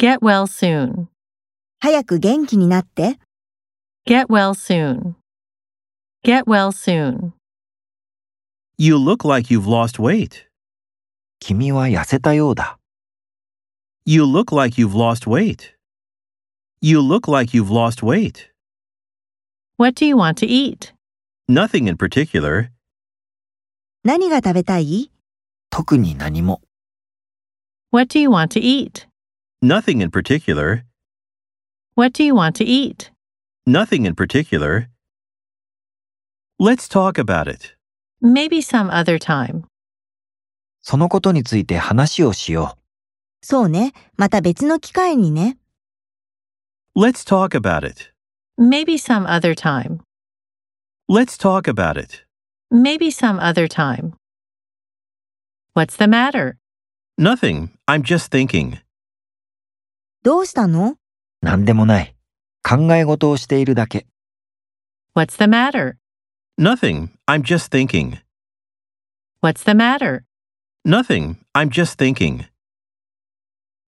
Get well soon. 早く元気になって。 Get well soon. Get well soon. You look like you've lost weight. 君は痩せたようだ。 You look like you've lost weight. You look like you've lost weight. What do you want to eat? Nothing in particular. 何が食べたい特に何も。 What do you want to eat? Nothing in particular. What do you want to eat? Nothing in particular. Let's talk about it. Maybe some other time. そのことについて話をしよそうね。また別の機会にね。 Let's talk about it. Maybe some other time. Let's talk about it. Maybe some other time. What's the matter? Nothing. I'm just thinking. どうしたのう。何でもない。考え事をしているだけ。 What's the matter? Nothing. I'm just thinking. What's the matter? Nothing. I'm just thinking.